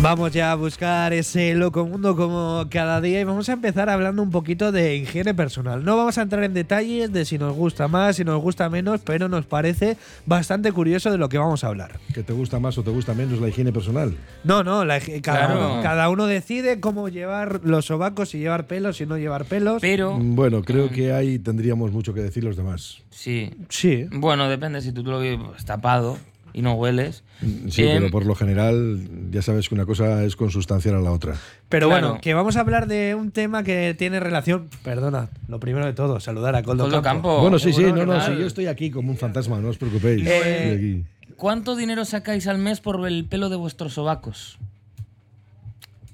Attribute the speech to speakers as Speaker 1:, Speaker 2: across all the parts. Speaker 1: Vamos ya a buscar ese loco mundo como cada día y vamos a empezar hablando un poquito de higiene personal. No vamos a entrar en detalles de si nos gusta más, si nos gusta menos, pero nos parece bastante curioso de lo que vamos a hablar.
Speaker 2: ¿Que te gusta más o te gusta menos la higiene personal?
Speaker 1: No, no, la hig- cada,
Speaker 3: Claro.
Speaker 1: uno, cada uno decide cómo llevar los sobacos, si llevar pelos, si no llevar pelos.
Speaker 3: Pero,
Speaker 2: Bueno, creo que ahí tendríamos mucho que decir los demás.
Speaker 3: sí.
Speaker 1: Sí.
Speaker 3: Bueno, depende si tú te lo vives tapado y no hueles.
Speaker 2: Mm, Sí,
Speaker 3: Em,
Speaker 2: pero por lo general ya sabes que una cosa es consustancial a la otra.
Speaker 1: Pero
Speaker 3: Claro.
Speaker 1: bueno, que vamos a hablar de un tema que tiene relación. Perdona, lo primero de todo, saludar a Coldo,
Speaker 3: Coldo Campo.
Speaker 2: bueno, sí, sí,
Speaker 3: Oh, Seguro,
Speaker 2: no, no,
Speaker 3: ¿qué
Speaker 2: sí,
Speaker 3: tal?
Speaker 2: yo estoy aquí como un fantasma, no os preocupéis.
Speaker 1: Eh,
Speaker 2: Estoy aquí.
Speaker 3: ¿Cuánto dinero sacáis al mes por el pelo de vuestros sobacos?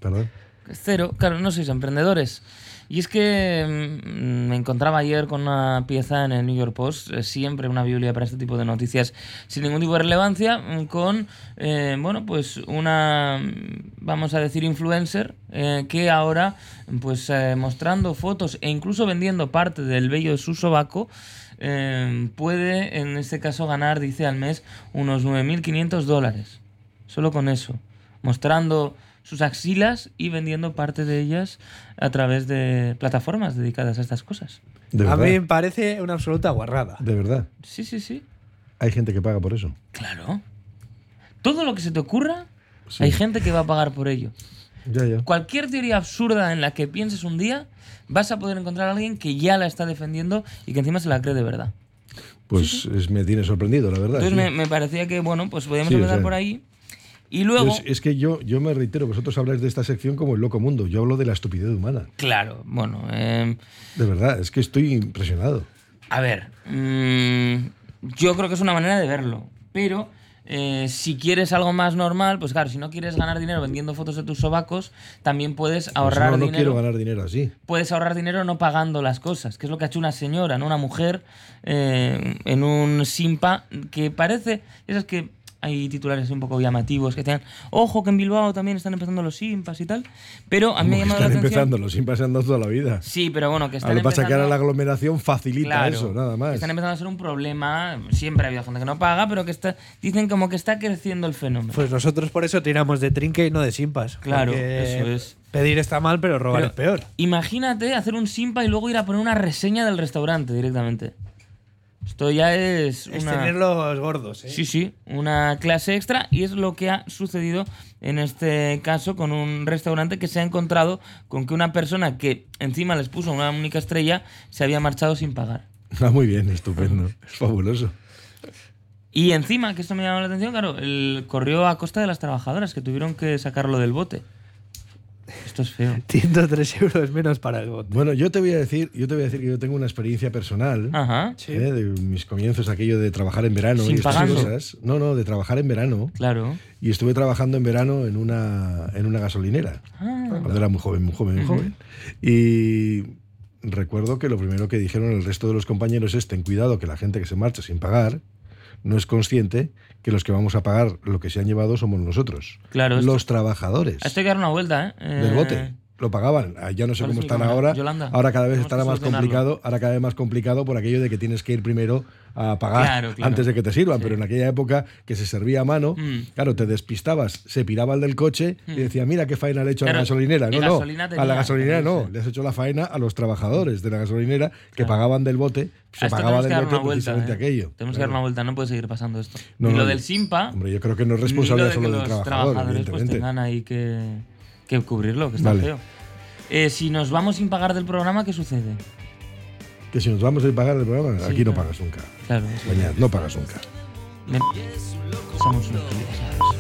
Speaker 2: Perdón.
Speaker 3: Cero, claro, no sois emprendedores. Y es que mm, me encontraba ayer con una pieza en el New York Post, eh, siempre una biblia para este tipo de noticias sin ningún tipo de relevancia, mm, con, eh, bueno, pues una, mm, vamos a decir, influencer eh, que ahora, pues eh, mostrando fotos e incluso vendiendo parte del vello de su sobaco, eh, puede, en este caso, ganar, dice, al mes unos 9.500 dólares. Solo con eso. Mostrando sus axilas y vendiendo parte de ellas a través de plataformas dedicadas a estas cosas.
Speaker 2: De
Speaker 1: A
Speaker 2: verdad.
Speaker 1: mí me parece una absoluta guarrada.
Speaker 2: De verdad.
Speaker 3: Sí, sí, sí.
Speaker 2: Hay gente que paga por eso.
Speaker 3: Claro. Todo lo que se te ocurra,
Speaker 2: Sí.
Speaker 3: hay gente que va a pagar por ello.
Speaker 2: Ya, ya.
Speaker 3: Cualquier teoría absurda en la que pienses un día, vas a poder encontrar a alguien que ya la está defendiendo y que encima se la cree de verdad.
Speaker 2: Pues es- me tiene sorprendido, la verdad.
Speaker 3: Entonces
Speaker 2: sí.
Speaker 3: me, me parecía que, bueno, pues podíamos
Speaker 2: Sí, o
Speaker 3: empezar
Speaker 2: sea.
Speaker 3: por ahí. Y luego...
Speaker 2: Es, es que yo, yo me reitero, vosotros habláis de esta sección como el loco mundo. Yo hablo de la estupidez humana.
Speaker 3: Claro, bueno... em,
Speaker 2: De verdad, es que estoy impresionado.
Speaker 3: A ver, mm, yo creo que es una manera de verlo, pero eh, si quieres algo más normal, pues claro, si no quieres ganar dinero vendiendo fotos de tus sobacos, también puedes
Speaker 2: Pues
Speaker 3: ahorrar
Speaker 2: no, no
Speaker 3: dinero.
Speaker 2: quiero ganar dinero así.
Speaker 3: Puedes ahorrar dinero no pagando las cosas, que es lo que ha hecho una señora, no una mujer, eh, en un simpa que parece, esas que hay titulares un poco llamativos que decían, ojo que en Bilbao también están empezando los simpas y tal, pero a mí me ha
Speaker 2: Como que
Speaker 3: llamado la
Speaker 2: están
Speaker 3: atención.
Speaker 2: empezándolo, siempre se han dado toda la vida.
Speaker 3: Sí, pero bueno,
Speaker 2: A
Speaker 3: que
Speaker 2: lo
Speaker 3: están
Speaker 2: que pasa es que ahora
Speaker 3: empezando-
Speaker 2: la aglomeración facilita
Speaker 3: Claro.
Speaker 2: eso, nada más.
Speaker 3: Están empezando a ser un problema. Siempre ha habido gente que no paga, pero que está, dicen como que está creciendo el fenómeno.
Speaker 1: Pues nosotros por eso tiramos de trinque y no de simpas.
Speaker 3: Claro,
Speaker 1: porque
Speaker 3: eso es.
Speaker 1: Pedir está mal, pero robar
Speaker 3: Pero
Speaker 1: es peor.
Speaker 3: Imagínate hacer un simpa y luego ir a poner una reseña del restaurante directamente. Esto ya es
Speaker 1: Es
Speaker 3: una-
Speaker 1: tenerlos gordos, ¿eh?
Speaker 3: Sí, sí, una clase extra y es lo que ha sucedido en este caso con un restaurante que se ha encontrado con que una persona que encima les puso una única estrella se había marchado sin pagar.
Speaker 2: Ah, muy bien, estupendo. Es fabuloso.
Speaker 3: Y encima, que esto me llamó la atención, claro, el- corrió a costa de las trabajadoras que tuvieron que sacarlo del bote. Esto es feo.
Speaker 1: 103 euros menos para el bot.
Speaker 2: Bueno, yo te voy a decir, yo te voy a decir que yo tengo una experiencia personal.
Speaker 3: Ajá,
Speaker 1: Sí.
Speaker 2: ¿eh? de mis comienzos, aquello de trabajar en verano
Speaker 3: Ah, Sin
Speaker 2: y estas
Speaker 3: pagando.
Speaker 2: cosas. No, no, de trabajar en verano.
Speaker 3: claro.
Speaker 2: Y estuve trabajando en verano en una, en una gasolinera.
Speaker 3: Ah,
Speaker 2: Cuando era muy joven, muy joven, muy joven. Y recuerdo que lo primero que dijeron el resto de los compañeros es ten cuidado que la gente que se marcha sin pagar no es consciente que los que vamos a pagar lo que se han llevado somos nosotros.
Speaker 3: claro. esto-
Speaker 2: Los trabajadores
Speaker 3: Esto hay que dar una vuelta, ¿eh? Eh,
Speaker 2: del bote. Lo pagaban. Ah, Ya no sé
Speaker 3: ¿cuál es
Speaker 2: cómo
Speaker 3: mi
Speaker 2: están
Speaker 3: cámara?
Speaker 2: ahora.
Speaker 3: Yolanda,
Speaker 2: ahora cada vez
Speaker 3: tenemos que
Speaker 2: estará más
Speaker 3: solucionarlo.
Speaker 2: complicado. Ahora cada vez más complicado por aquello de que tienes que ir primero a pagar
Speaker 3: Claro, claro.
Speaker 2: antes de que te sirvan.
Speaker 3: Sí.
Speaker 2: Pero en aquella época que se servía a mano,
Speaker 3: Mm.
Speaker 2: claro, te despistabas, se piraba el del coche y decía, mira qué faena le he hecho a
Speaker 3: Hmm. Claro,
Speaker 2: la gasolinera.
Speaker 3: y
Speaker 2: No, no.
Speaker 3: gasolina
Speaker 2: a
Speaker 3: tenía,
Speaker 2: la gasolinera
Speaker 3: tenía,
Speaker 2: no.
Speaker 3: sí.
Speaker 2: Le has hecho la faena a los trabajadores de la gasolinera que pagaban del bote.
Speaker 3: a
Speaker 2: Se
Speaker 3: esto
Speaker 2: pagaba
Speaker 3: tenemos que
Speaker 2: del
Speaker 3: dar
Speaker 2: bote
Speaker 3: una vuelta.
Speaker 2: precisamente
Speaker 3: ¿eh?
Speaker 2: aquello.
Speaker 3: Tenemos
Speaker 2: Claro.
Speaker 3: que dar una vuelta, no puede seguir pasando esto.
Speaker 2: No,
Speaker 3: y
Speaker 2: no,
Speaker 3: lo
Speaker 2: no.
Speaker 3: del Simpa.
Speaker 2: Hombre, yo creo que no es
Speaker 3: ni
Speaker 2: responsabilidad
Speaker 3: lo de que
Speaker 2: solo del
Speaker 3: los
Speaker 2: trabajador,
Speaker 3: pues
Speaker 2: evidentemente.
Speaker 3: tengan ahí que, que cubrirlo, que está
Speaker 2: Vale.
Speaker 3: feo. Eh, si nos vamos sin pagar del programa, ¿qué sucede?
Speaker 2: Que si nos vamos a ir pagar el programa,
Speaker 3: Sí,
Speaker 2: aquí no
Speaker 3: claro.
Speaker 2: pagas nunca.
Speaker 3: Claro. es-
Speaker 2: Beñat, no pagas nunca.
Speaker 3: Me- Somos unos privilegiados.